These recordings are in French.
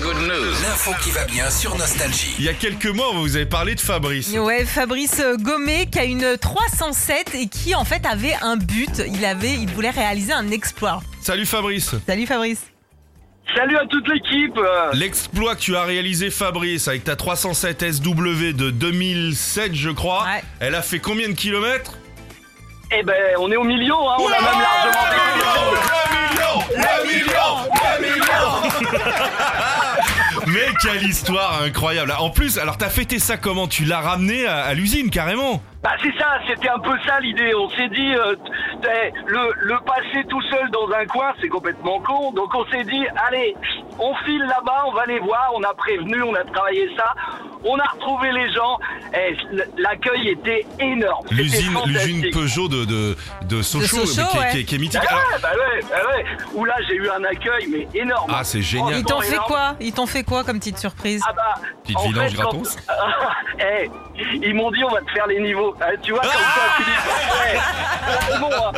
Good news. L'info qui va bien sur Nostalgie. Il y a quelques mois, vous avez parlé de Fabrice. Ouais, Fabrice Gomet qui a une 307 et qui en fait avait un but. Il avait, il voulait réaliser un exploit. Salut Fabrice. Salut Fabrice. Salut à toute l'équipe L'exploit que tu as réalisé Fabrice avec ta 307 SW de 2007 je crois, Ouais. elle a fait combien de kilomètres Eh ben, on est au million, hein, on a même largement dépassé. Le million Le million Le million Mais quelle histoire incroyable En plus, alors t'as fêté ça comment Tu l'as ramené à, à l'usine carrément Bah c'est ça, c'était un peu ça l'idée. On s'est dit, euh, t'es- le, le passer tout seul dans un coin, c'est complètement con. Donc on s'est dit, allez, on file là-bas, on va les voir. On a prévenu, on a travaillé ça. On a retrouvé les gens. Et l'accueil était énorme. C'était L'usine l'usine fantastique. Peugeot de, de, de Sochaux, Sochaux, mais qui, est- ouais. qui est- qui est mythique. Ah Alors, ouais, bah ouais, bah ouais. Où là, j'ai eu un accueil, mais énorme. Ah, c'est génial. Ils t'ont Franchement, fait énorme. quoi Ils t'ont fait quoi comme petite surprise Ah bah, Petite en fait, vidange quand- gratos. Eh, ils m'ont dit on va te faire les niveaux. Eh, tu vois, comme ça, Philippe. Eh, c'est bon, hein.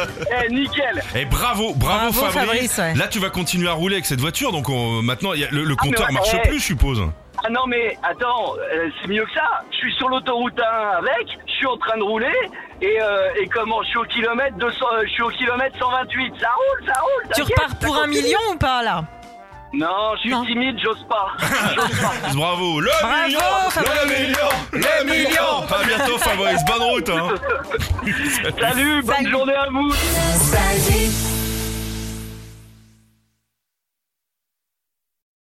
Eh, nickel. Et bravo, bravo, Bravo, Fabrice. Fabrice, ouais. Là, tu vas continuer à rouler avec cette voiture, donc on- maintenant il y a- le, le Ah, mais compteur ouais, marche ouais. plus, je suppose. Ah non, mais attends, euh, c'est mieux que ça. Je suis sur l'autoroute 1 avec, je suis en train de rouler. Et, euh, et comment Je suis au kilomètre 200, euh, je suis au kilomètre 128. Ça roule, ça bah, roule. Tu t'inquiète, repars ça pour un continue. million ou pas là Non, je suis Non. timide, j'ose pas. J'ose pas. Bravo, le Bravo, million, Fabrice. le million, le million. À bientôt, Fabrice. Bonne route. hein. Salut, bonne Salut. journée à vous.